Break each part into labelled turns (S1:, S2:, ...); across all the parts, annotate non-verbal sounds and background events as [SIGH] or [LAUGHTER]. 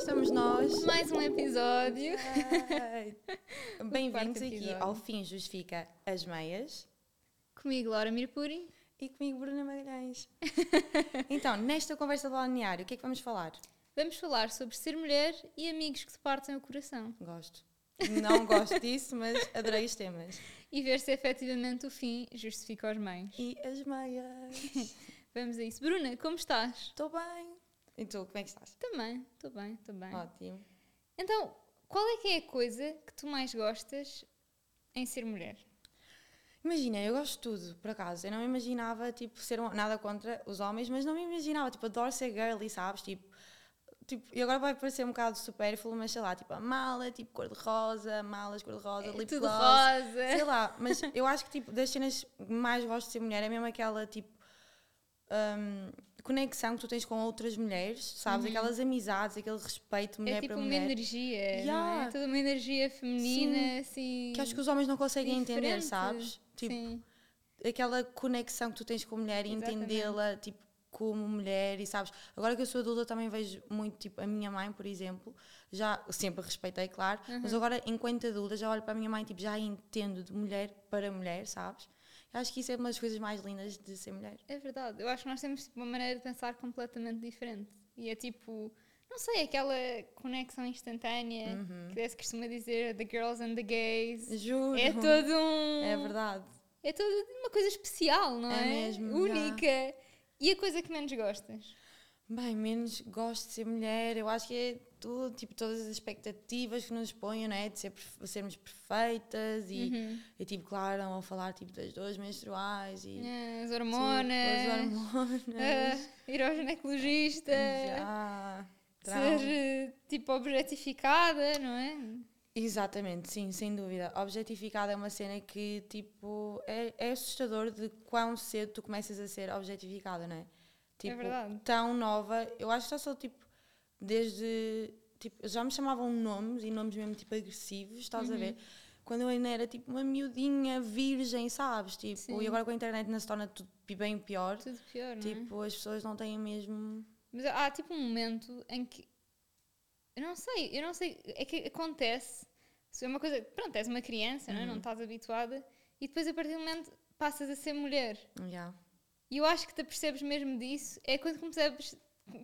S1: somos nós.
S2: Mais um episódio.
S1: [LAUGHS] Ai. Bem-vindos
S2: quarto
S1: aqui
S2: episódio.
S1: ao Fim Justifica as Meias
S2: Comigo, Laura Mirpuri.
S1: e comigo Bruna [LAUGHS] Magalhães. então, nesta conversa do balneário, o que é que vamos falar?
S2: Vamos falar sobre ser mulher e amigos que te partem o coração.
S1: Gosto. Não gosto disso, mas adorei os temas.
S2: E ver se efetivamente o fim justifica os meios.
S1: E as meias?
S2: Vamos a isso. Bruna, como estás?
S1: Estou bem. E tu, como é que estás?
S2: Também, estou bem, estou bem.
S1: Ótimo.
S2: Então, qual é que é a coisa que tu mais gostas em ser mulher?
S1: Imagina, eu gosto de tudo, por acaso. Eu não me imaginava, tipo, ser um- nada contra os homens, mas não me imaginava, tipo, adoro ser girly, sabes? Tipo, tipo, e agora vai parecer um bocado supérfluo, mas sei lá, tipo, a mala, tipo, cor-de-rosa, malas, cor-de-rosa, lip
S2: É, Tudo
S1: gloss,
S2: rosa.
S1: sei lá. Mas
S2: [LAUGHS]
S1: eu acho que, tipo, das cenas que mais gosto de ser mulher é mesmo aquela, tipo, hum, conexão que tu tens com outras mulheres, sabes? Aquelas amizades, aquele respeito mulher
S2: Uhum. É tipo
S1: para
S2: uma
S1: mulher.
S2: energia, não
S1: Yeah.
S2: é? Toda uma energia feminina, assim.
S1: Que acho que os homens não conseguem entender,
S2: diferente.
S1: sabes? Tipo,
S2: Sim.
S1: aquela conexão que tu tens com a mulher e
S2: Exatamente.
S1: entendê-la tipo como mulher e sabes agora que eu sou adulta também vejo muito tipo a minha mãe por exemplo já sempre a respeitei claro
S2: Uhum.
S1: mas agora enquanto adulta já olho para a minha mãe tipo já a entendo de mulher para mulher sabes eu acho que isso é uma das coisas mais lindas de ser mulher
S2: É verdade, eu acho que nós temos tipo, uma maneira de pensar completamente diferente. E é tipo, não sei, aquela conexão instantânea que que se costuma dizer, the girls and the gays.
S1: Uhum. juro
S2: É todo um.
S1: É verdade
S2: É toda uma coisa especial, não é?
S1: É mesmo,
S2: Única. E a coisa que menos gostas?
S1: Bem, menos gosto de ser mulher, eu acho que é tudo, tipo, todas as expectativas que nos põem, não é? De ser perfe- sermos perfeitas
S2: Uhum.
S1: e, e, tipo, claro, vão falar, tipo, das dores menstruais e...
S2: Ah, As
S1: sim,
S2: hormonas. É.
S1: As hormonas.
S2: [LAUGHS] ah, ir ao ginecologista.
S1: já. trauma.
S2: Ser eh, tipo objetificada, não é?
S1: Exatamente, sim, sem dúvida. Objetificada é uma cena que, tipo, é, é assustador de quão cedo tu começas a ser objetificada, não é? Tipo,
S2: verdade.
S1: tão nova. Eu acho que já sou, tipo, desde. Tipo, já me chamavam nomes e nomes mesmo, tipo, agressivos, estás
S2: Uhum.
S1: a ver? Quando eu ainda era, tipo, uma miudinha virgem, sabes? Tipo,
S2: Sim.
S1: e agora com a internet ainda se torna tudo bem pior.
S2: Tudo pior, não é?
S1: Tipo, as pessoas não têm mesmo.
S2: Mas há tipo um momento em que. Eu não sei, eu não sei. É que acontece. Se é uma coisa. Pronto, és uma criança, não é?
S1: Uhum.
S2: Não estás habituada. E depois, a partir do momento, passas a ser mulher.
S1: Yeah.
S2: E eu acho que te apercebes mesmo disso. É quando começas.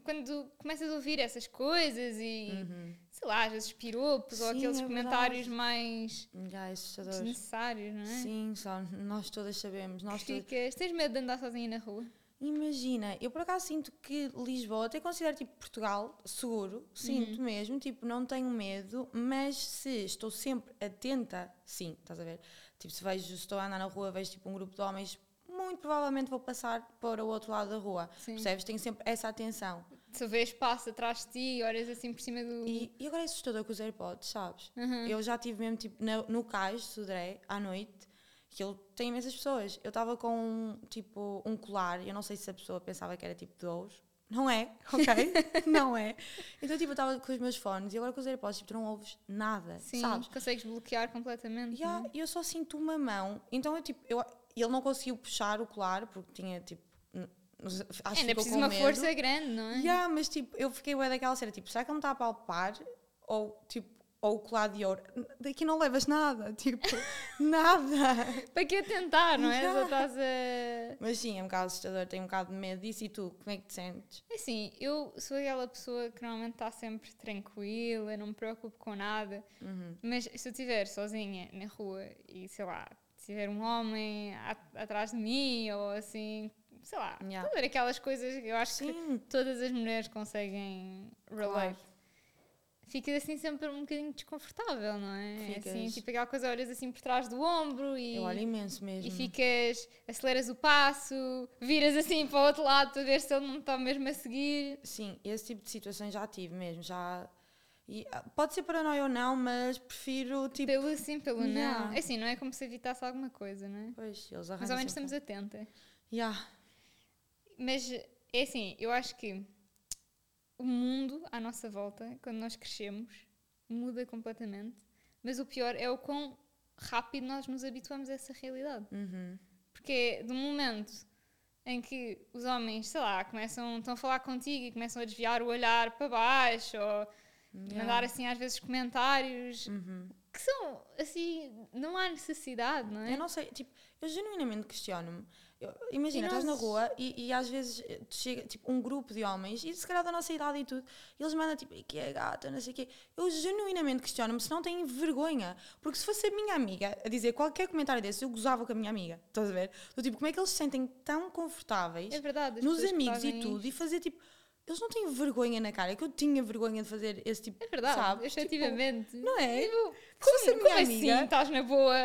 S2: Quando começas a ouvir essas coisas e. Sei lá, às vezes piropos ou
S1: Uhum. Sim,
S2: aqueles
S1: é
S2: comentários
S1: verdade.
S2: mais
S1: Yeah, é assustador.
S2: desnecessários, não é?
S1: Sim, só nós todas sabemos. Nós todas-
S2: Ficas, tens medo de andar sozinha na rua?
S1: Imagina, eu por acaso sinto que Lisboa, até considero tipo Portugal seguro,
S2: Uhum.
S1: sinto mesmo, tipo, não tenho medo, mas se estou sempre atenta, sim, estás a ver? Tipo, se vejo, se estou a andar na rua, vejo tipo um grupo de homens, muito provavelmente vou passar para o outro lado da rua,
S2: Sim.
S1: percebes? Tenho sempre essa atenção.
S2: Se vês passo atrás de ti e olhas assim por cima do.
S1: E, e agora é assustador com os AirPods, sabes?
S2: Uhum.
S1: Eu já tive mesmo tipo na- no cais de Sodré, à noite, que ele tem imensas pessoas. Eu estava com um, tipo um colar, eu não sei se a pessoa pensava que era tipo de ouros. Não
S2: [LAUGHS]
S1: é, ok? não é. Então tipo, eu estava com os meus fones e agora com os AirPods, tipo, tu não ouves nada,
S2: Sim, Uhum.
S1: sabes?
S2: consegues bloquear completamente.
S1: E há- eu só sinto uma mão. Então eu tipo, eu, ele não conseguiu puxar o colar porque tinha tipo. n- não sei, Acho que
S2: Ainda é
S1: ficou
S2: preciso
S1: com
S2: uma
S1: medo.
S2: força grande, não é?
S1: Yeah, mas tipo, eu fiquei bué daquela cena, tipo, será que ele me está a palpar? Ou tipo, ou o colar de ouro? Daqui não levas nada, [LAUGHS] tipo, nada.
S2: Para que tentar, não é?
S1: Yeah.
S2: Só estás a.
S1: Mas sim, é um bocado assustador, tenho um bocado de medo disso. E tu, como é que te sentes?
S2: Assim, eu sou aquela pessoa que normalmente está sempre tranquila, não me preocupo com nada,
S1: Uhum.
S2: mas se eu estiver sozinha na rua e sei lá, tiver um homem a- atrás de mim ou assim, sei lá,
S1: Yeah.
S2: todas aquelas coisas que eu acho
S1: Sim.
S2: que todas as mulheres conseguem relate. Ficas assim sempre um bocadinho desconfortável, não é? É Assim,
S1: Ficas.
S2: tipo aquela coisa, olhas assim por trás do ombro e.
S1: Eu olho imenso mesmo.
S2: E ficas, aceleras o passo, viras assim para o outro lado para ver se ele não me está mesmo a seguir.
S1: Sim, esse tipo de situações já tive mesmo, já. E, ah, pode ser paranoia ou não, mas prefiro tipo.
S2: Pelo sim, pelo não.
S1: Yeah.
S2: É Assim, não é como se evitasse alguma coisa, não é?
S1: Pois, eles um
S2: Mas ao
S1: arranjam.
S2: menos estamos atentas.
S1: a. Yeah.
S2: Mas é assim, eu acho que o mundo à nossa volta, quando nós crescemos, muda completamente. Mas o pior é o quão rápido nós nos habituamos a essa realidade.
S1: Uhum.
S2: Porque é do momento em que os homens, sei lá, começam estão a falar contigo e começam a desviar o olhar para baixo, ou
S1: Yeah. Uhum.
S2: mandar assim às vezes comentários que são assim, não há necessidade, não é?
S1: Eu não sei, tipo, eu genuinamente questiono-me. Eu- Imagina,
S2: E
S1: estás na
S2: nós-
S1: rua e, e às vezes eh, te chega tipo, um grupo de homens, e se calhar da nossa idade e tudo, e eles mandam tipo, "E que é gata, não sei o quê. Eu genuinamente questiono-me se não têm vergonha. Porque se fosse a minha amiga a dizer qualquer comentário desse, eu gozava com a minha amiga, estás a ver? Do tipo, como é que eles se sentem tão confortáveis
S2: É verdade. as
S1: nos
S2: pessoas que
S1: amigos e
S2: fazem
S1: tudo, e fazer tipo, eles não têm vergonha na cara, é que eu tinha vergonha de fazer esse tipo
S2: É verdade,
S1: sabes?
S2: efetivamente.
S1: não é?
S2: Tipo,
S1: fosse a
S2: como,
S1: minha
S2: como
S1: amiga-
S2: assim estás na boa?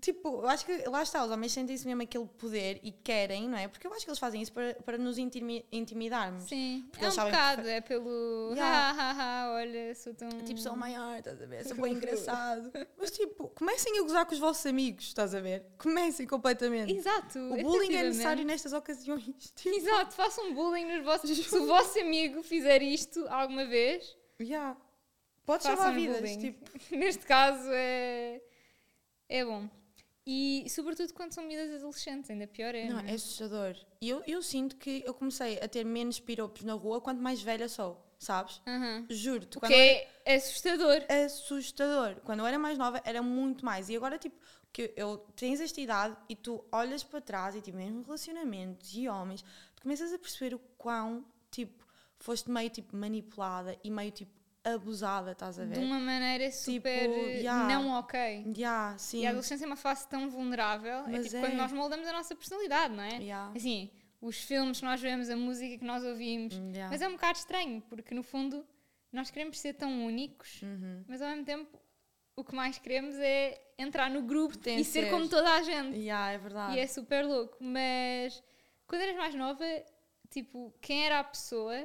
S1: Tipo, eu acho que lá está, os homens sentem-se mesmo aquele poder e querem, não é? Porque eu acho que eles fazem isso para, para nos intimi- intimidarmos.
S2: Sim,
S1: Porque
S2: é um
S1: eles sabem
S2: bocado, é pelo
S1: Yeah.
S2: ha, ha, ha, olha, sou tão...
S1: Tipo, sou maior, estás a
S2: [LAUGHS]
S1: ver? Sou bem engraçado. Mas tipo, comecem a gozar com os vossos amigos, estás a ver? Comecem completamente.
S2: Exato,
S1: O bullying é
S2: efetivamente.
S1: necessário nestas ocasiões. [LAUGHS]
S2: [LAUGHS]
S1: Tipo,
S2: Exato, façam um bullying nos
S1: [LAUGHS]
S2: vossos... Se o vosso amigo fizer isto alguma vez, [LAUGHS]
S1: yeah. Pode salvar
S2: façam
S1: vidas,
S2: bullying.
S1: tipo.
S2: Neste caso é... É bom. E sobretudo quando são medidas adolescentes, ainda pior é.
S1: Não,
S2: não
S1: é assustador. E eu, eu sinto que eu comecei a ter menos piropos na rua quanto mais velha sou, sabes?
S2: Aham.
S1: Juro-te.
S2: O
S1: quando
S2: que é assustador.
S1: assustador. Quando eu era mais nova era muito mais. E agora, tipo, que eu tens esta idade e tu olhas para trás e tipo, mesmo relacionamentos e homens, tu começas a perceber o quão, tipo, foste meio tipo manipulada e meio tipo abusada, estás a
S2: De
S1: ver? Tipo,
S2: uma maneira super eh,
S1: yeah.
S2: não ok.
S1: Yeah, sim.
S2: E a adolescência é uma fase tão vulnerável. é
S1: Mas
S2: tipo
S1: é.
S2: quando nós moldamos a nossa personalidade, não é?
S1: Yeah.
S2: Assim, os filmes que nós vemos, a música que nós ouvimos.
S1: Yeah.
S2: Mas é um bocado estranho, porque no fundo nós queremos ser tão únicos,
S1: Uhum.
S2: mas ao mesmo tempo o que mais queremos é entrar no grupo e ser
S1: Pertencer.
S2: como toda a gente.
S1: Yeah, é verdade.
S2: E é super louco. Mas quando eras mais nova, tipo, quem era a pessoa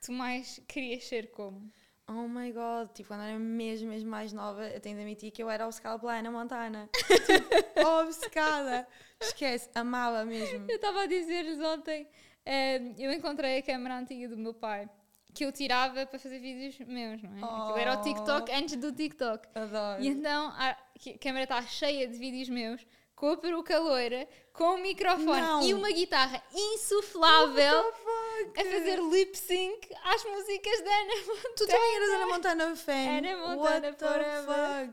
S2: que tu mais querias ser como?
S1: Oh my god, tipo, quando eu era mesmo, mesmo mais nova, eu tenho de admitir que eu era obcecada pela Ana
S2: [LAUGHS]
S1: Montana. tipo, obcecada. Esquece, amava mesmo.
S2: Eu estava a dizer-lhes ontem, ehm, eu encontrei a câmera antiga do meu pai, que eu tirava para fazer vídeos meus, não é? Aquilo era o
S1: Oh.
S2: TikTok antes do TikTok.
S1: Adoro.
S2: E então a, que- a câmera está cheia de vídeos meus, com a peruca loira, com um microfone
S1: Não.
S2: e uma guitarra insuflável
S1: What the
S2: a
S1: fuck? É
S2: fazer lip sync às músicas da Ana
S1: Tu
S2: Montana.
S1: também eras Ana Montana fan.
S2: Ana Montana
S1: What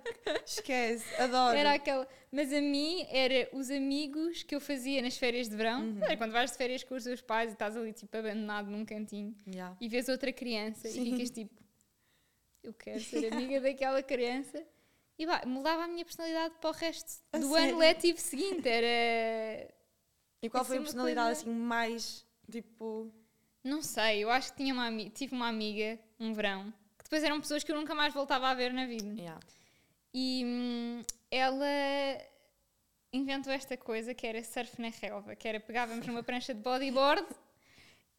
S1: the fuck? Esquece, adoro.
S2: Era aquela. Mas a mim era os amigos que eu fazia nas férias de
S1: Uhum.
S2: verão. Era quando vais de férias com os teus pais e estás ali tipo abandonado num cantinho
S1: Yeah.
S2: e vês outra criança e
S1: Sim.
S2: ficas tipo, eu quero
S1: [LAUGHS]
S2: ser amiga daquela criança. E vá, mudava a minha personalidade para o resto
S1: A
S2: do ano
S1: sério?
S2: letivo seguinte. Era.
S1: E qual
S2: Isso
S1: foi
S2: é
S1: a
S2: uma
S1: personalidade
S2: coisa-
S1: assim mais tipo.
S2: Não sei, eu acho que tinha uma, ami- tive uma amiga, um verão, que depois eram pessoas que eu nunca mais voltava a ver na vida.
S1: Yeah.
S2: E hum, ela inventou esta coisa que era surf na relva, que era pegávamos numa prancha de bodyboard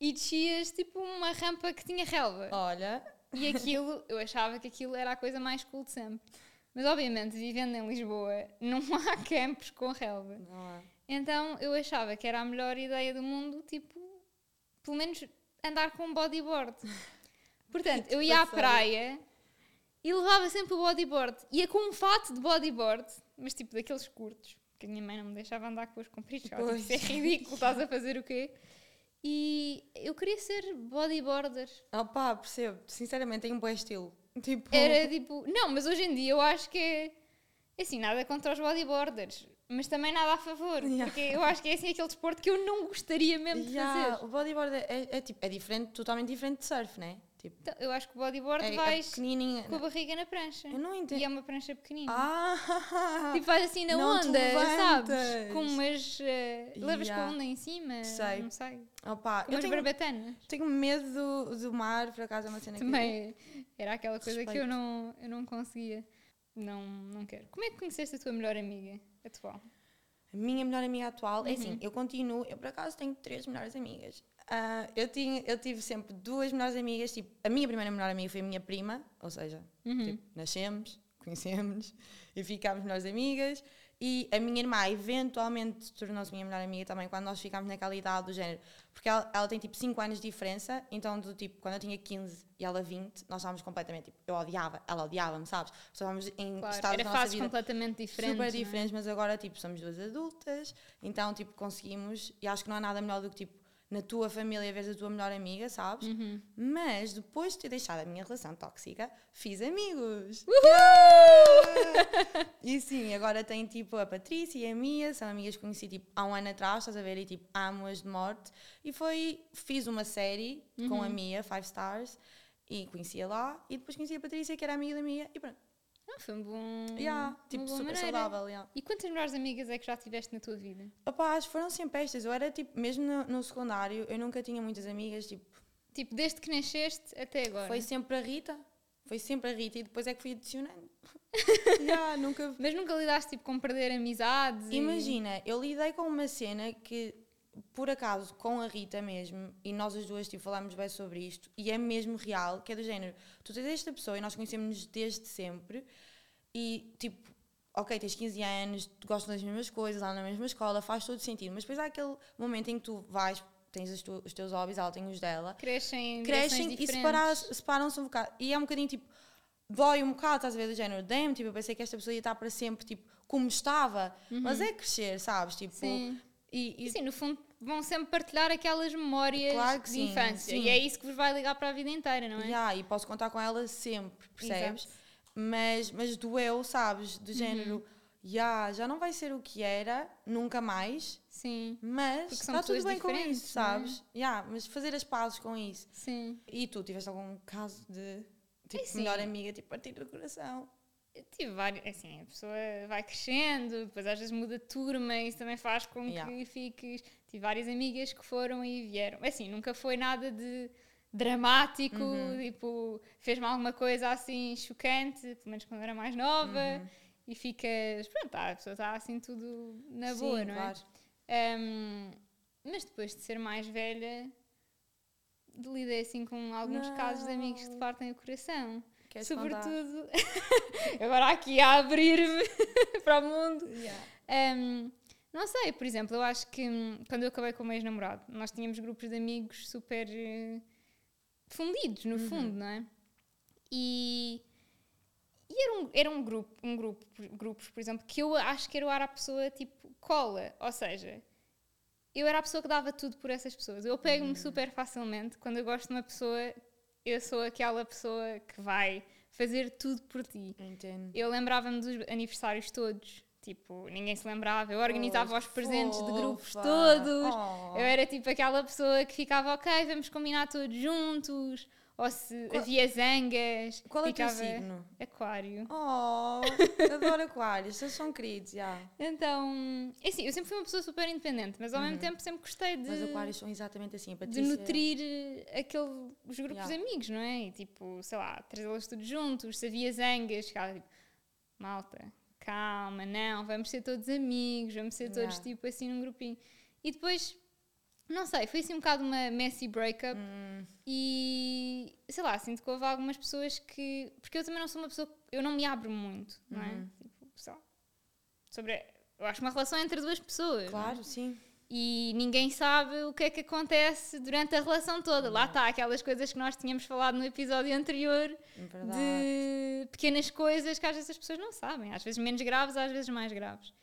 S2: e descias tipo uma rampa que tinha relva.
S1: Olha,
S2: E aquilo, eu achava que aquilo era a coisa mais cool de sempre. Mas obviamente, vivendo em Lisboa, não [LAUGHS] há campos com relva.
S1: não é?
S2: Então eu achava que era a melhor ideia do mundo, tipo, pelo menos andar com um bodyboard. Portanto, eu ia à
S1: Passada.
S2: praia e levava sempre o bodyboard. Ia com um fato de bodyboard, mas tipo daqueles curtos, porque a minha mãe não me deixava andar com os compridos. Ela, tipo,
S1: Pois.
S2: Isso é ridículo, estás a fazer o quê? E eu queria ser bodyboarder.
S1: Opá, ah, percebo. Sinceramente, tem um bom estilo. Tipo.
S2: Era tipo. Não, mas hoje em dia eu acho que é. Assim, nada contra os bodyboarders, mas também nada a favor.
S1: Yeah.
S2: Porque eu acho que é assim aquele desporto que eu não gostaria mesmo de
S1: Yeah,
S2: fazer.
S1: o bodyboard é, é, é, tipo, é diferente, totalmente diferente de surf, né? Tipo,
S2: Então, eu acho que o bodyboard
S1: é, é
S2: vais
S1: pequenininha.
S2: com a barriga na prancha.
S1: Eu não entendo.
S2: E é uma prancha pequenina.
S1: Ah!
S2: Tipo, vais assim na
S1: Não te
S2: onda, sabes?
S1: levantas.
S2: Com umas. eh, levas com a
S1: Yeah.
S2: onda em cima.
S1: Sei.
S2: Não sei.
S1: Opa,
S2: Com
S1: eu
S2: umas
S1: tenho, um-
S2: barbatanas.
S1: tenho medo do, do mar, por acaso é uma cena que.
S2: Também era aquela coisa que eu
S1: Respeito.
S2: não, eu não conseguia. Não, não quero. Como é que conheceste a tua melhor amiga atual?
S1: A minha melhor amiga atual é
S2: Uhum.
S1: assim, eu continuo, eu por acaso tenho três melhores amigas. Ah, eu, tinha, eu tive sempre duas melhores amigas, tipo, a minha primeira melhor amiga foi a minha prima, ou seja,
S2: Uhum.
S1: tipo, nascemos, [LAUGHS] conhecemos e ficámos melhores amigas. E a minha irmã eventualmente tornou-se minha melhor amiga também quando nós ficámos naquela idade do género, porque ela, ela tem tipo 5 anos de diferença, então do tipo, quando eu tinha 15 e ela 20, nós estávamos completamente tipo, eu odiava, ela odiava-me, sabes? Estávamos em
S2: Claro,
S1: estados
S2: era
S1: da nossa
S2: fases
S1: vida
S2: completamente diferentes.
S1: super
S2: não é?
S1: diferentes, mas agora tipo somos duas adultas, então tipo conseguimos e acho que não há nada melhor do que tipo na tua família vez a tua melhor amiga, sabes?
S2: Uhum.
S1: Mas depois de ter deixado a minha relação tóxica, fiz amigos. Yeah! e sim, agora tem tipo a Patrícia e a Mia, são amigas que conheci tipo há um ano atrás, estás a ver? E tipo, amo-as de morte. E foi, fiz uma série com
S2: Uhum.
S1: a Mia, Five Stars, e conhecia lá. E depois conheci a Patrícia, que era amiga da Mia, e pronto.
S2: Ah, foi um bom.
S1: Yeah,
S2: uma
S1: tipo,
S2: boa
S1: super
S2: maneira.
S1: saudável, yeah.
S2: E quantas melhores amigas é que já tiveste na tua vida?
S1: Opá, as foram sempre estas. Eu era tipo, mesmo no, no secundário, eu nunca tinha muitas amigas. Tipo,
S2: Tipo, desde que nasceste até agora.
S1: foi sempre a Rita. Foi sempre a Rita e depois é que fui adicionando. [LAUGHS] yeah, nunca.
S2: Mas nunca lidaste tipo, com perder amizades? e-
S1: Imagina, eu lidei com uma cena que, por acaso, com a Rita mesmo, e nós as duas tipo, falámos bem sobre isto, e é mesmo real, que é do género, tu tens esta pessoa e nós conhecemos-nos desde sempre, e tipo, ok, tens 15 anos, tu gostas das mesmas coisas, lá na mesma escola, faz todo sentido, mas depois há aquele momento em que tu vais, tens as tu- os teus hobbies, ela tem os dela,
S2: Crescem, em
S1: crescem
S2: direções
S1: e
S2: diferentes.
S1: separa- separam-se um bocado. E é um bocadinho tipo, dói um bocado, estás a ver, do género, damn, tipo, eu pensei que esta pessoa ia estar para sempre, tipo, como estava. Mas é crescer, sabes? Tipo,
S2: Uhum. Sim.
S1: E,
S2: E
S1: e
S2: sim, no fundo vão sempre partilhar aquelas memórias
S1: Claro que
S2: de
S1: sim,
S2: infância.
S1: sim.
S2: E é isso que vos vai ligar para a vida inteira, não é?
S1: yeah, e posso contar com ela sempre, percebes?
S2: Exato. Uhum.
S1: Mas, mas doeu, sabes? Do género, yeah, já não vai ser o que era, nunca mais,
S2: Sim,
S1: mas
S2: Porque são
S1: está tudo
S2: pessoas
S1: bem com
S2: diferentes,
S1: isso,
S2: não é?
S1: sabes? Yeah, mas fazer as pazes com isso.
S2: sim.
S1: E tu, tiveste algum caso de, tipo,
S2: sim.
S1: melhor amiga, tipo, partir do coração?
S2: Eu tive vários. Assim, a pessoa vai crescendo, depois às vezes muda de turma, isso também faz com
S1: Yeah.
S2: que fiques. Tive várias amigas que foram e vieram. Assim, nunca foi nada de dramático,
S1: Uhum.
S2: tipo, fez-me alguma coisa assim chocante, pelo menos quando era mais nova.
S1: Uhum.
S2: E ficas, pronto, tá, a pessoa está assim tudo na
S1: Sim,
S2: boa, não é?
S1: claro.
S2: Ahm, mas depois de ser mais velha, lidei assim com alguns casos de amigos que te
S1: Não.
S2: partem o coração.
S1: Queres contar?
S2: Sobretudo, [LAUGHS] agora aqui a abrir-me [LAUGHS] para o mundo. Ahm, não sei, por exemplo, eu acho que hum, quando eu acabei com o meu ex-namorado, nós tínhamos grupos de amigos super eh, fundidos, no fundo, não é? E, e era, um, era um grupo, um grupo, grupos, por exemplo, que eu acho que eu era a pessoa tipo cola, ou seja, eu era a pessoa que dava tudo por essas pessoas. Eu pego-me super facilmente quando eu gosto de uma pessoa, eu sou aquela pessoa que vai fazer tudo por ti.
S1: Entendo.
S2: Eu lembrava-me dos aniversários todos. Tipo, ninguém se lembrava. Eu organizava
S1: Oh,
S2: os presentes de grupos
S1: fofa.
S2: todos.
S1: Oh.
S2: Eu era tipo aquela pessoa que ficava, ok, vamos combinar todos juntos. Ou se
S1: Qual-
S2: havia zangas.
S1: Qual é o teu
S2: ficava
S1: signo?
S2: Aquário.
S1: Oh,
S2: [LAUGHS]
S1: adoro aquários, vocês são queridos, já.
S2: Então, é assim, eu sempre fui uma pessoa super independente, mas ao mesmo tempo sempre gostei de,
S1: Uhum. Mas aquários são exatamente assim, a
S2: de
S1: Patrícia.
S2: nutrir eh, aquele, os grupos
S1: Yeah.
S2: de amigos, não é? E tipo, sei lá, trazê-los todos juntos. Se havia zangas, ficava tipo, malta, calma, não, vamos ser todos amigos, vamos ser todos
S1: Yeah.
S2: tipo assim num grupinho. E depois, não sei, foi assim um bocado uma messy breakup
S1: Hum,
S2: e sei lá, sinto que houve algumas pessoas que. Porque eu também não sou uma pessoa. Eu não me abro muito, não é?
S1: Uhum.
S2: Tipo, sei lá, sobre. Eu acho uma relação entre duas pessoas. não é?
S1: claro, sim.
S2: e ninguém sabe o que é que acontece durante a relação toda. Lá está, aquelas coisas que nós tínhamos falado no episódio anterior
S1: é Verdade.
S2: de pequenas coisas que às vezes as pessoas não sabem, às vezes menos graves, às vezes mais graves.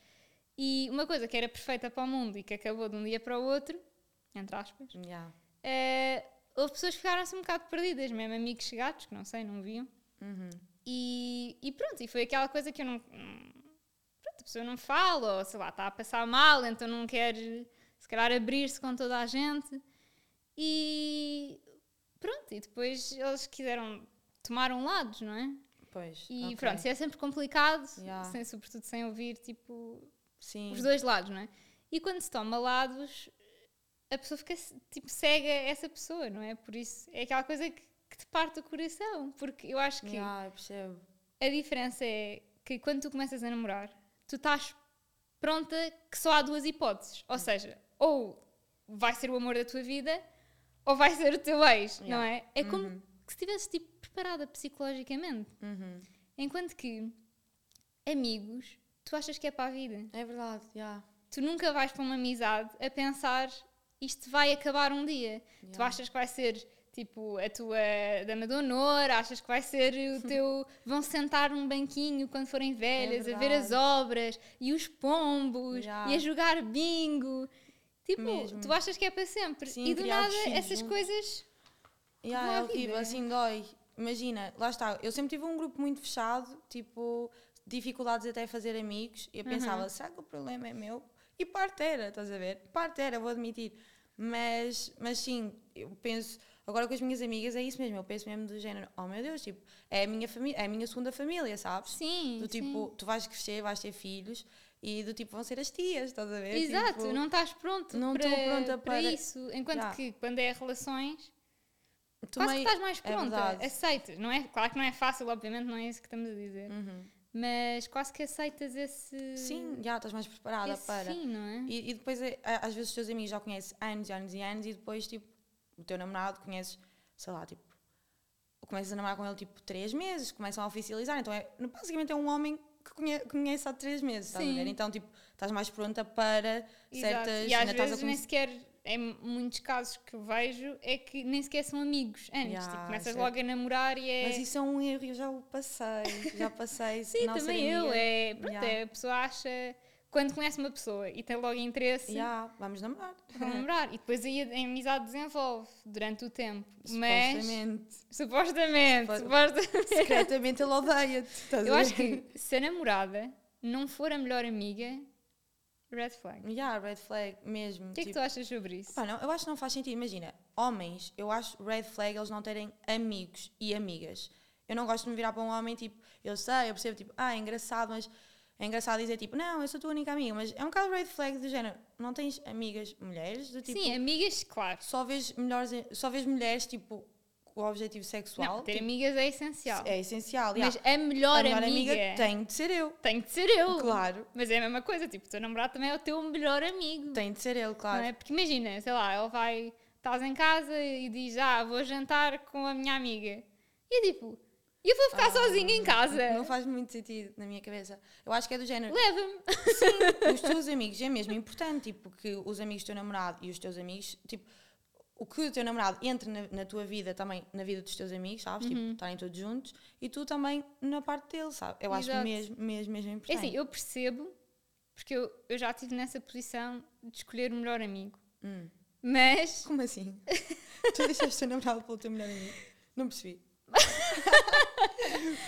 S2: E uma coisa que era perfeita para o mundo e que acabou de um dia para o outro, entre aspas,
S1: Yeah.
S2: eh, houve pessoas que ficaram assim um bocado perdidas, mesmo amigos chegados, que não sei, não viam.
S1: Uhum.
S2: E, e pronto, e foi aquela coisa que eu não. não- Pronto, a pessoa não fala, ou sei lá, está a passar mal, então não quer, se calhar, abrir-se com toda a gente. E pronto, e depois eles quiseram. tomaram lados, não é?
S1: Pois.
S2: E
S1: ok.
S2: pronto, isso é sempre complicado,
S1: Yeah.
S2: sem, sobretudo sem ouvir, tipo,
S1: Sim.
S2: os dois lados, não é? E quando se toma lados, a pessoa fica tipo cega a essa pessoa, não é? Por isso é aquela coisa que, que te parte o coração, porque eu acho que
S1: Yeah, eu percebo.
S2: a diferença é que quando tu começas a namorar, tu estás pronta que só há duas hipóteses, ou seja, ou vai ser o amor da tua vida ou vai ser o teu ex, não
S1: Yeah.
S2: é? É como que se estivesse tipo, preparada psicologicamente,
S1: Uhum.
S2: enquanto que amigos, tu achas que é para a vida
S1: É verdade, yeah.
S2: tu nunca vais para uma amizade a pensar isto vai acabar um dia. Tu
S1: Yeah.
S2: achas que vai ser tipo a tua dama de honor, achas que vai
S1: [LAUGHS]
S2: ser o teu. vão sentar num banquinho quando forem velhas a ver
S1: É verdade.
S2: as obras e os pombos
S1: Yeah.
S2: e a jogar bingo. Tipo,
S1: Mesmo.
S2: tu achas que é para sempre.
S1: Sim,
S2: e do
S1: criar
S2: nada,
S1: filhos
S2: essas
S1: juntos.
S2: coisas.
S1: Yeah,
S2: Como a
S1: é horrível,
S2: vida.
S1: assim dói. Imagina, lá está, eu sempre tive um grupo muito fechado, tipo, dificuldades até a fazer amigos,
S2: Uhum.
S1: e eu pensava, será que o problema é meu? E parte era, estás a ver? Parte era, vou admitir. Mas, mas sim, eu penso, agora com as minhas amigas é isso mesmo, eu penso mesmo do género, oh meu Deus, tipo, é a minha, família, é a minha segunda família, sabes?
S2: Sim.
S1: Do
S2: sim.
S1: tipo, tu vais crescer, vais ter filhos, e do tipo, vão ser as tias, estás a ver?
S2: Exato,
S1: Tipo,
S2: não estás pronto
S1: não
S2: para,
S1: estou pronta
S2: para,
S1: para-
S2: isso. Enquanto
S1: Já.
S2: que quando é relações,
S1: tu
S2: quase que
S1: meio-
S2: estás mais
S1: é
S2: pronta.
S1: verdade.
S2: aceitas. Não é, claro que não é fácil, obviamente, não é isso que estamos a dizer.
S1: Uhum.
S2: Mas quase que aceitas esse,
S1: Sim, já estás mais preparada
S2: hum. esse
S1: para.
S2: fim, não é?
S1: E, e depois, é, a- às vezes, os teus amigos já conheces anos e anos e anos, e depois, tipo, o teu namorado conheces, sei lá, tipo, começas a namorar com ele, tipo, três meses, começam a oficializar. Então, é, no- basicamente, é um homem que conhe- que conhece há três meses, estás a
S2: Sim.
S1: ver? Então, tipo, estás mais pronta para
S2: Exato.
S1: certas.
S2: E às
S1: ainda estás
S2: vezes
S1: a
S2: nem
S1: conhecer-
S2: sequer, em muitos casos que eu vejo, é que nem sequer são amigos antes.
S1: Ya,
S2: tipo, começas
S1: certo.
S2: logo a namorar e é.
S1: é- Mas isso é um erro, eu já o passei, já passei.
S2: [LAUGHS] Sim,
S1: não ser
S2: também eu.
S1: amiga.
S2: É, pronto,
S1: Ya.
S2: é, a pessoa acha. Quando conhece uma pessoa e tem logo interesse,
S1: Já, vamos namorar.
S2: vão namorar. E depois aí a, a amizade desenvolve durante o tempo. Mas.
S1: Supostamente.
S2: Supostamente.
S1: Supo-
S2: supostamente.
S1: Secretamente ele odeia-te. estás a
S2: [LAUGHS] Eu acho
S1: ver?
S2: que se a namorada não for a melhor amiga, red flag.
S1: Yeah, red flag mesmo.
S2: O que é que tu achas sobre isso?
S1: Tipo, Pá, não, eu acho que não faz sentido. Imagina, homens, eu acho red flag eles não terem amigos e amigas. Eu não gosto de me virar para um homem tipo, eu sei, eu percebo, tipo, ah, é engraçado, mas é engraçado dizer tipo, não, eu sou a tua única amiga, mas é um bocado red flag do género, não tens amigas mulheres? Do tipo,
S2: Sim, é. amigas, claro.
S1: só vês, melhores, só vês mulheres tipo com o objetivo sexual?
S2: Não, ter
S1: tipo,
S2: amigas é essencial.
S1: é essencial.
S2: Mas
S1: yeah.
S2: a melhor,
S1: a melhor
S2: amiga, é.
S1: amiga, tem de ser eu.
S2: tem de ser eu.
S1: Claro,
S2: Mas é a mesma coisa, tipo, o teu namorado também é o teu melhor amigo.
S1: tem de ser ele,
S2: Não
S1: claro.
S2: é? Porque imagina, sei lá, ele vai, estás em casa e diz, ah, vou jantar com a minha amiga. E é tipo, eu vou ficar sozinha em casa.
S1: Ah, Não faz muito sentido na minha cabeça. Eu acho que é do género.
S2: Leva-me.
S1: os teus amigos é mesmo importante, tipo, que os amigos do teu namorado e os teus amigos, tipo, o que o teu namorado entre na, na tua vida também, na vida dos teus amigos, sabes?
S2: Uhum.
S1: Tipo, estarem todos juntos e tu também na parte dele, sabe? Eu acho
S2: Exato.
S1: mesmo, mesmo, mesmo
S2: É
S1: importante.
S2: assim, eu percebo, porque eu, eu já estive nessa posição de escolher o melhor amigo.
S1: Hum. [LAUGHS]
S2: Mas,
S1: Como assim? tu deixaste o teu namorado pelo teu melhor amigo? Não percebi.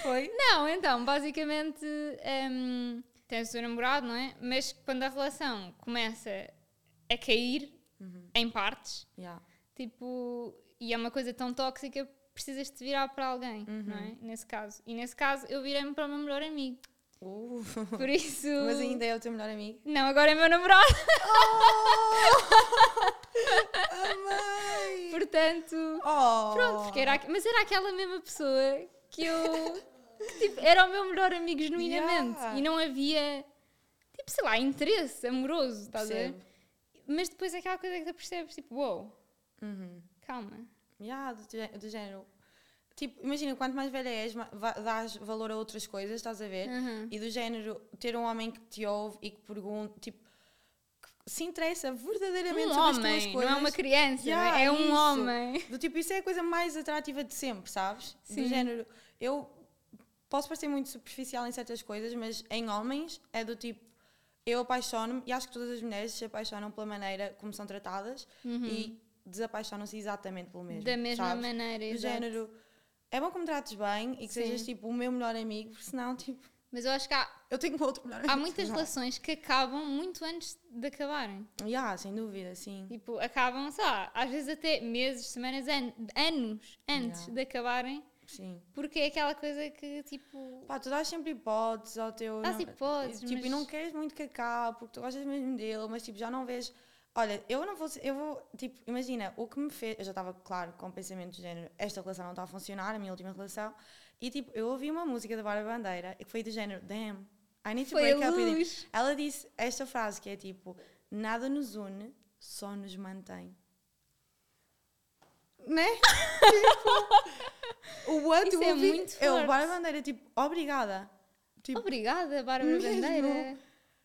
S1: Foi?
S2: não, então, basicamente, hum, tens o teu namorado, não é? Mas quando a relação começa a cair
S1: Uhum.
S2: em partes,
S1: Yeah.
S2: Tipo, e é uma coisa tão tóxica, precisas te virar para alguém, não
S1: Uhum.
S2: é? Nesse caso. E nesse caso, eu virei-me para o meu melhor amigo.
S1: Uh, [LAUGHS]
S2: Por isso.
S1: Mas ainda é o teu melhor amigo?
S2: Não, agora é meu namorado. [LAUGHS]
S1: Amei!
S2: Portanto,
S1: Oh!
S2: pronto, porque é, era, aqu- mas era aquela mesma pessoa que eu. que, tipo, era o meu melhor amigo genuinamente.
S1: Yeah.
S2: E não havia, tipo, sei lá, interesse amoroso, estás a ver?
S1: Percebo.
S2: Mas depois é aquela coisa que tu percebes, tipo, uou,
S1: Uhum.
S2: calma.
S1: Ya, do, gé- do género. Tipo, imagina, quanto mais velha és, ma- va- dás valor a outras coisas, estás a ver?
S2: Uhum.
S1: E do género, ter um homem que te ouve e que pergunta, tipo, que se interessa verdadeiramente
S2: Um
S1: sobre as
S2: homem,
S1: tuas
S2: não
S1: coisas.
S2: é uma criança, não é?
S1: Ya,
S2: é um
S1: isso.
S2: homem.
S1: Do tipo, isso é a coisa mais atrativa de sempre, sabes?
S2: Sim.
S1: Do género, eu posso parecer muito superficial em certas coisas, mas em homens é do tipo, eu apaixono-me e acho que todas as mulheres se apaixonam pela maneira como são tratadas e desapaixonam-se exatamente pelo mesmo.
S2: Uhum. Da mesma
S1: sabes?
S2: maneira,
S1: do
S2: exato.
S1: género é bom que me trates bem e que
S2: Sim.
S1: sejas tipo o meu melhor amigo, porque senão tipo
S2: Mas eu acho que há,
S1: eu tenho um outro melhor
S2: [LAUGHS]
S1: amigo.
S2: há muitas relações que acabam muito antes de acabarem.
S1: Yeah, sem dúvida, sim.
S2: Tipo, acabam, sei lá, às vezes até meses, semanas, an anos antes
S1: Yeah.
S2: de acabarem,
S1: Sim.
S2: porque é aquela coisa que tipo.
S1: Pá, tu dás sempre hipóteses ao teu.
S2: Dás
S1: não-
S2: hipóteses,
S1: Tipo,
S2: mas-
S1: e não queres muito que acabe, porque tu gostas mesmo dele, mas tipo, já não vês. Olha, eu não vou. ser- Eu vou. Tipo, imagina, o que me fez. Eu já estava, claro, com o pensamento do género, esta relação não está a funcionar, a minha última relação. E tipo, eu ouvi uma música da Bárbara Bandeira e que foi do género, damn, I need to
S2: Foi a
S1: break up with him."
S2: luz.
S1: Ela disse esta frase que é tipo: Nada nos une, só nos mantém. Né? [LAUGHS] tipo, o what
S2: Isso
S1: do
S2: é
S1: ouvi-
S2: muito
S1: Eu,
S2: forte.
S1: Bárbara Bandeira, tipo, obrigada. Tipo,
S2: Obrigada, Bárbara
S1: Mesmo.
S2: Bandeira.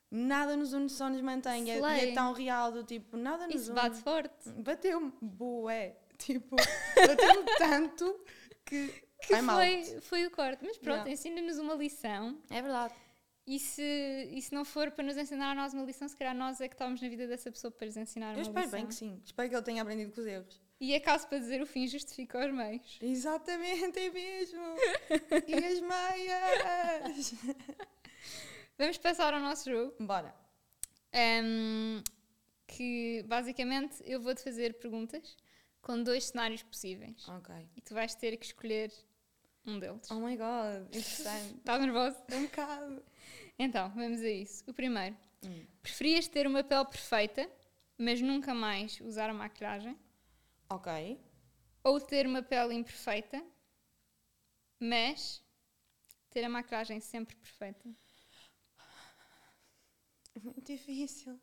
S1: nada nos une, só nos mantém. É, e
S2: Slay.
S1: é tão real do tipo, nada nos
S2: Isso
S1: une.
S2: bate forte.
S1: Bateu-me, bué. Tipo,
S2: [LAUGHS]
S1: bateu-me tanto que.
S2: Que
S1: I'm out.
S2: foi, foi o corte. Mas pronto,
S1: Yeah.
S2: ensina-nos uma lição
S1: É verdade.
S2: E se, e se não for para nos ensinar a nós uma lição, se calhar nós é que estamos na vida dessa pessoa para lhes ensinar uma
S1: Eu espero
S2: lição.
S1: bem que sim. Espero que ele tenha aprendido com os
S2: [LAUGHS]
S1: erros.
S2: E é caso para dizer o fim justifica os meios.
S1: Exatamente, é mesmo. e as meias.
S2: Vamos passar ao nosso jogo,
S1: Bora.
S2: ahm, que basicamente eu vou-te fazer perguntas com dois cenários possíveis.
S1: Ok.
S2: E tu vais ter que escolher um deles.
S1: Oh my god, interessante.
S2: Estás Tá nervoso?
S1: [LAUGHS] um bocado.
S2: Então, vamos a isso. O primeiro.
S1: Hum.
S2: Preferias ter uma pele perfeita, mas nunca mais usar maquilhagem?
S1: Ok.
S2: Ou ter uma pele imperfeita, mas ter a maquilhagem sempre perfeita?
S1: É Muito difícil.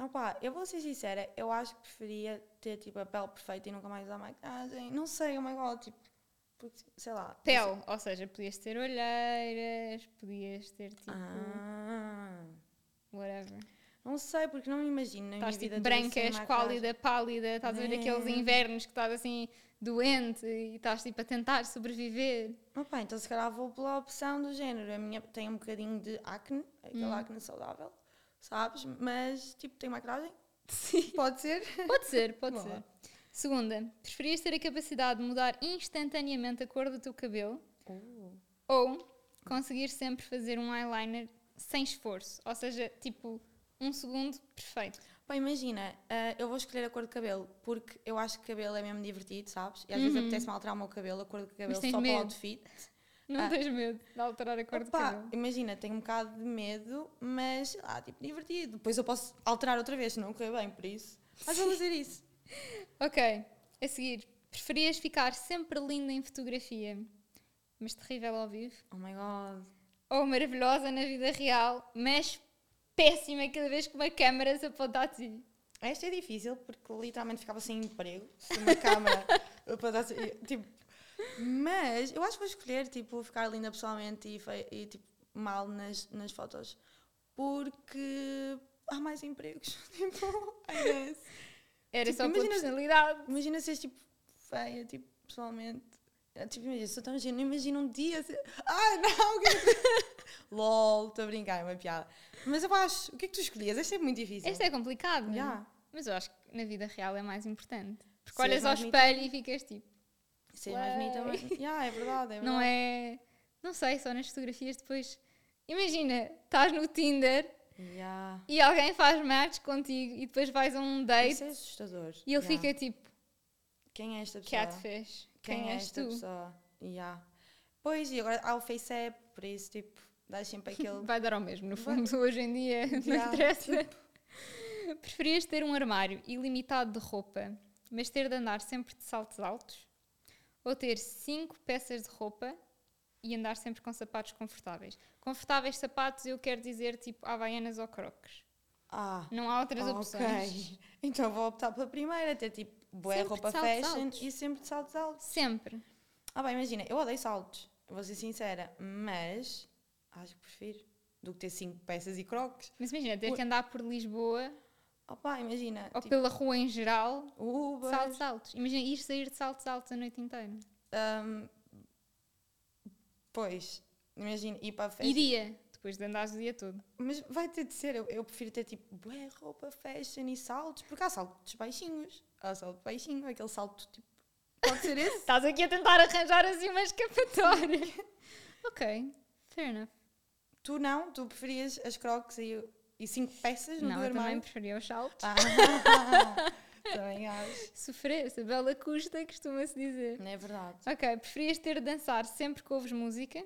S1: Opa, eu vou ser sincera, eu acho que preferia ter tipo a pele perfeita e nunca mais usar maquilhagem. Não sei, oh my god, tipo, porque, sei lá. Tipo,
S2: Pele, ou seja, podias ter olheiras, podias ter tipo.
S1: Ah,
S2: Whatever.
S1: não sei, porque não me imagino. na minha
S2: Estás tipo
S1: vida toda sem
S2: branca, és
S1: maquilhagem.
S2: pálida, pálida, estás a ver
S1: É.
S2: aqueles invernos que estás assim doente e estás tipo a tentar sobreviver.
S1: Opa, então se calhar vou pela opção do género. A minha tem um bocadinho de acne, aquele
S2: Hum.
S1: acne saudável, sabes? Mas tipo, tem maquilhagem? Sim. Pode ser?
S2: Pode ser, pode
S1: Boa.
S2: ser. Segunda, preferias ter a capacidade de mudar instantaneamente a cor do teu cabelo
S1: Uh.
S2: ou conseguir sempre fazer um eyeliner sem esforço? Ou seja, tipo, um segundo perfeito.
S1: Pá, imagina, ah, eu vou escolher a cor de cabelo, porque eu acho que cabelo é mesmo divertido, sabes? E às vezes apetece-me alterar o meu cabelo, a cor de cabelo,
S2: Uhum. tens
S1: só para o
S2: medo?
S1: outfit.
S2: Não
S1: Ah.
S2: tens medo de alterar a cor do
S1: Opa,
S2: cabelo?
S1: imagina, tenho um bocado de medo, mas sei lá, tipo, divertido. Depois eu posso alterar outra vez, se não correr bem, por isso. Mas vou fazer isso.
S2: Ok, a seguir, preferias ficar sempre linda em fotografia, mas terrível ao vivo?
S1: Oh my god.
S2: Ou maravilhosa na vida real, mas péssima cada vez que uma câmera se aponta a ti?
S1: Esta é difícil, porque literalmente ficava sem emprego, se uma câmara para dar- tipo, Mas eu acho que vou escolher, tipo, ficar linda pessoalmente e, fei- e, tipo, mal nas, nas fotos, porque há mais empregos. [LAUGHS] Tipo, I guess.
S2: Era
S1: Tipo,
S2: só pela
S1: imagina-
S2: personalidade.
S1: Imagina seres tipo feia, tipo, pessoalmente. É, Tipo, imagina, sou tão gênio, imagina um dia. ser- Ai, não! [LAUGHS] que- [LAUGHS] LOL, estou a brincar, é uma piada. Mas eu acho, o que é que tu escolhias? Esta é muito difícil.
S2: Este é complicado, não é?
S1: Yeah.
S2: mas eu acho que na vida real é mais importante. Porque
S1: Sim,
S2: olhas
S1: é
S2: ao
S1: bonito.
S2: espelho e ficas tipo,
S1: Ser é mais bonita, mas. [LAUGHS] Yeah, é verdade, é verdade.
S2: não é. Não sei, só nas fotografias depois. Imagina, estás no Tinder
S1: Yeah.
S2: e alguém faz match contigo e depois vais a um date
S1: Isso é assustador.
S2: e ele
S1: Yeah.
S2: fica tipo,
S1: Quem é esta pessoa?
S2: catfish, quem,
S1: é
S2: és
S1: esta
S2: tu?
S1: pessoa? Yeah. Pois, e agora há o Face App, por isso, tipo, dá sempre aquele.
S2: [LAUGHS] Vai dar ao mesmo, no
S1: Vai-
S2: fundo, [LAUGHS] hoje em dia não
S1: Yeah,
S2: interessa. [LAUGHS] Preferias ter um armário ilimitado de roupa, mas ter de andar sempre de saltos altos? Ou ter cinco peças de roupa e andar sempre com sapatos confortáveis? Confortáveis sapatos, eu quero dizer tipo havaianas ou crocs.
S1: Ah,
S2: Não há outras opções.
S1: ok. [LAUGHS] Então vou optar pela primeira, ter tipo, boa
S2: Sempre de
S1: roupa
S2: saltos
S1: fashion
S2: altos.
S1: e sempre de saltos altos.
S2: Sempre.
S1: Ah, bem, imagina, eu odeio saltos, vou ser sincera, mas acho que prefiro do que ter cinco peças e croques.
S2: Mas imagina, ter que andar por Lisboa
S1: Ah, pá, imagina,
S2: ou
S1: tipo,
S2: pela rua em geral, de
S1: Uber.
S2: saltos altos. Imagina ir sair de saltos altos a noite inteira.
S1: ahm, pois, imagina, ir para a festa.
S2: Iria, depois de andares o dia todo.
S1: Mas vai ter de ser, eu, eu prefiro ter tipo bué roupa, fashion e saltos, porque há saltos baixinhos, há salto baixinho, aquele salto tipo. Pode ser esse?
S2: Estás aqui a tentar arranjar assim uma escapatória. ok, fair enough.
S1: tu não, tu preferias as crocs e, e cinco peças no
S2: Não,
S1: teu
S2: eu também
S1: armário?
S2: preferia os saltos.
S1: Ah, [LAUGHS] também acho.
S2: Sofrer-se, a bela custa, costuma-se dizer.
S1: Não é verdade.
S2: Ok, preferias ter de dançar sempre que ouves música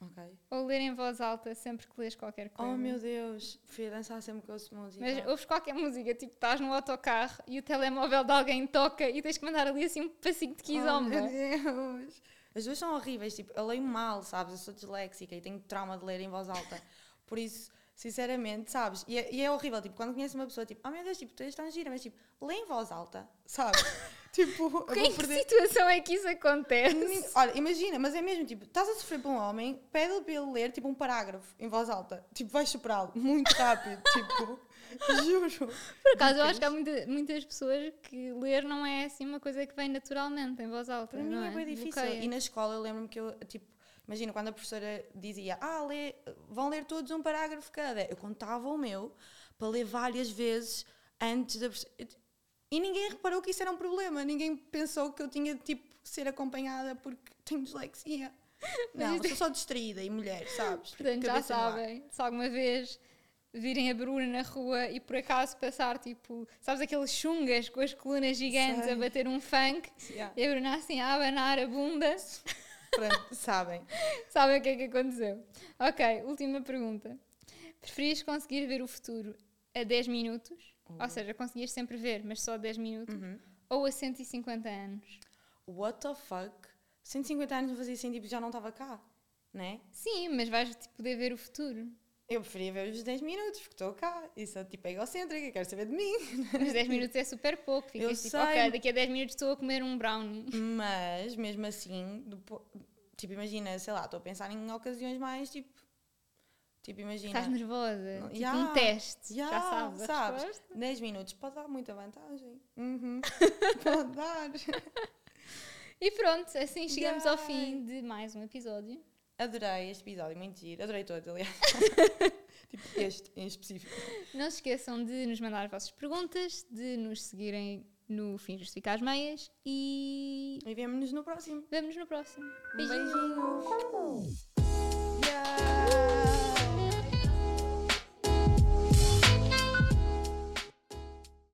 S1: Ok.
S2: ou ler em voz alta sempre que lês qualquer coisa?
S1: Oh meu Deus, prefiro dançar sempre que ouço música.
S2: Mas ouves qualquer música, tipo estás no autocarro e o telemóvel de alguém toca e tens que mandar ali assim um passinho de
S1: oh,
S2: quizomba.
S1: meu Deus. As duas são horríveis, tipo, eu leio mal, sabes? Eu sou disléxica e tenho trauma de ler em voz alta. Por isso, sinceramente, sabes? E é, e é horrível, tipo, quando conheço uma pessoa, tipo, oh meu Deus, tipo, tu és tão gira, mas tipo, lê em voz alta, sabes? [LAUGHS] tipo, eu vou
S2: em que
S1: perder.
S2: situação é que isso acontece?
S1: Ni- Olha, imagina, mas é mesmo, tipo, estás a sofrer por um homem, pede-lhe para ele ler, tipo, um parágrafo em voz alta. Tipo, vais superá-lo muito rápido, [LAUGHS] tipo, juro.
S2: Por acaso, eu acho que há muita- muitas pessoas que ler não é assim uma coisa que vem naturalmente, em voz alta.
S1: Para mim
S2: não
S1: é bem difícil.
S2: Bloqueia.
S1: E na escola eu lembro-me que eu, tipo, Imagina quando a professora dizia, ah, lê, vão ler todos um parágrafo cada. Eu contava o meu para ler várias vezes antes da professora. E ninguém reparou que isso era um problema, ninguém pensou que eu tinha de tipo, ser acompanhada porque tenho
S2: [LAUGHS]
S1: dislexia. Não, sou só distraída e mulher, sabes?
S2: Portanto, já
S1: Cabeça no ar.
S2: sabem, se alguma vez virem a Bruna na rua e por acaso passar, tipo, sabes aqueles chungas com as colunas gigantes
S1: Sei.
S2: a bater um funk
S1: Yeah.
S2: e a Bruna assim a abanar a bunda, [LAUGHS]
S1: Pronto, sabem.
S2: sabem o que é que aconteceu. Ok, última pergunta. Preferias conseguir ver o futuro a 10 minutos,
S1: Oh.
S2: ou seja, conseguias sempre ver, mas só a 10 minutos,
S1: Uhum.
S2: ou a 150 anos?
S1: What the fuck? 150 anos não fazia sentido, já não estava cá, né?
S2: Sim, mas vais tipo, poder ver
S1: [LAUGHS]
S2: o futuro.
S1: Eu preferia ver os 10 minutos, porque estou cá. Isso é tipo é egocêntrica, quero saber de mim.
S2: Mas 10 minutos é super pouco.
S1: Eu
S2: Ficas tipo,
S1: sei.
S2: ok, daqui a 10 minutos estou a comer um brownie.
S1: Mas, mesmo assim, depo- tipo, imagina, sei lá, estou a pensar em ocasiões mais tipo. Tipo, imagina.
S2: Estás nervosa.
S1: Não-
S2: Tipo
S1: Yeah.
S2: um teste.
S1: Ya,
S2: Já sabes. a resposta.
S1: 10 minutos pode dar muita vantagem. [LAUGHS] Uhum. pode dar.
S2: E pronto, assim chegamos ao
S1: Yay.
S2: fim de mais um episódio.
S1: Adorei este episódio, muito giro. Adorei todos, aliás. [LAUGHS] tipo, este em específico.
S2: Não se esqueçam de nos mandar as vossas perguntas, de nos seguirem no Fim Justificar as Meias e
S1: E vemo-nos no próximo.
S2: vemo-nos no próximo.
S1: Um
S2: Beijinhos.
S1: beijinho.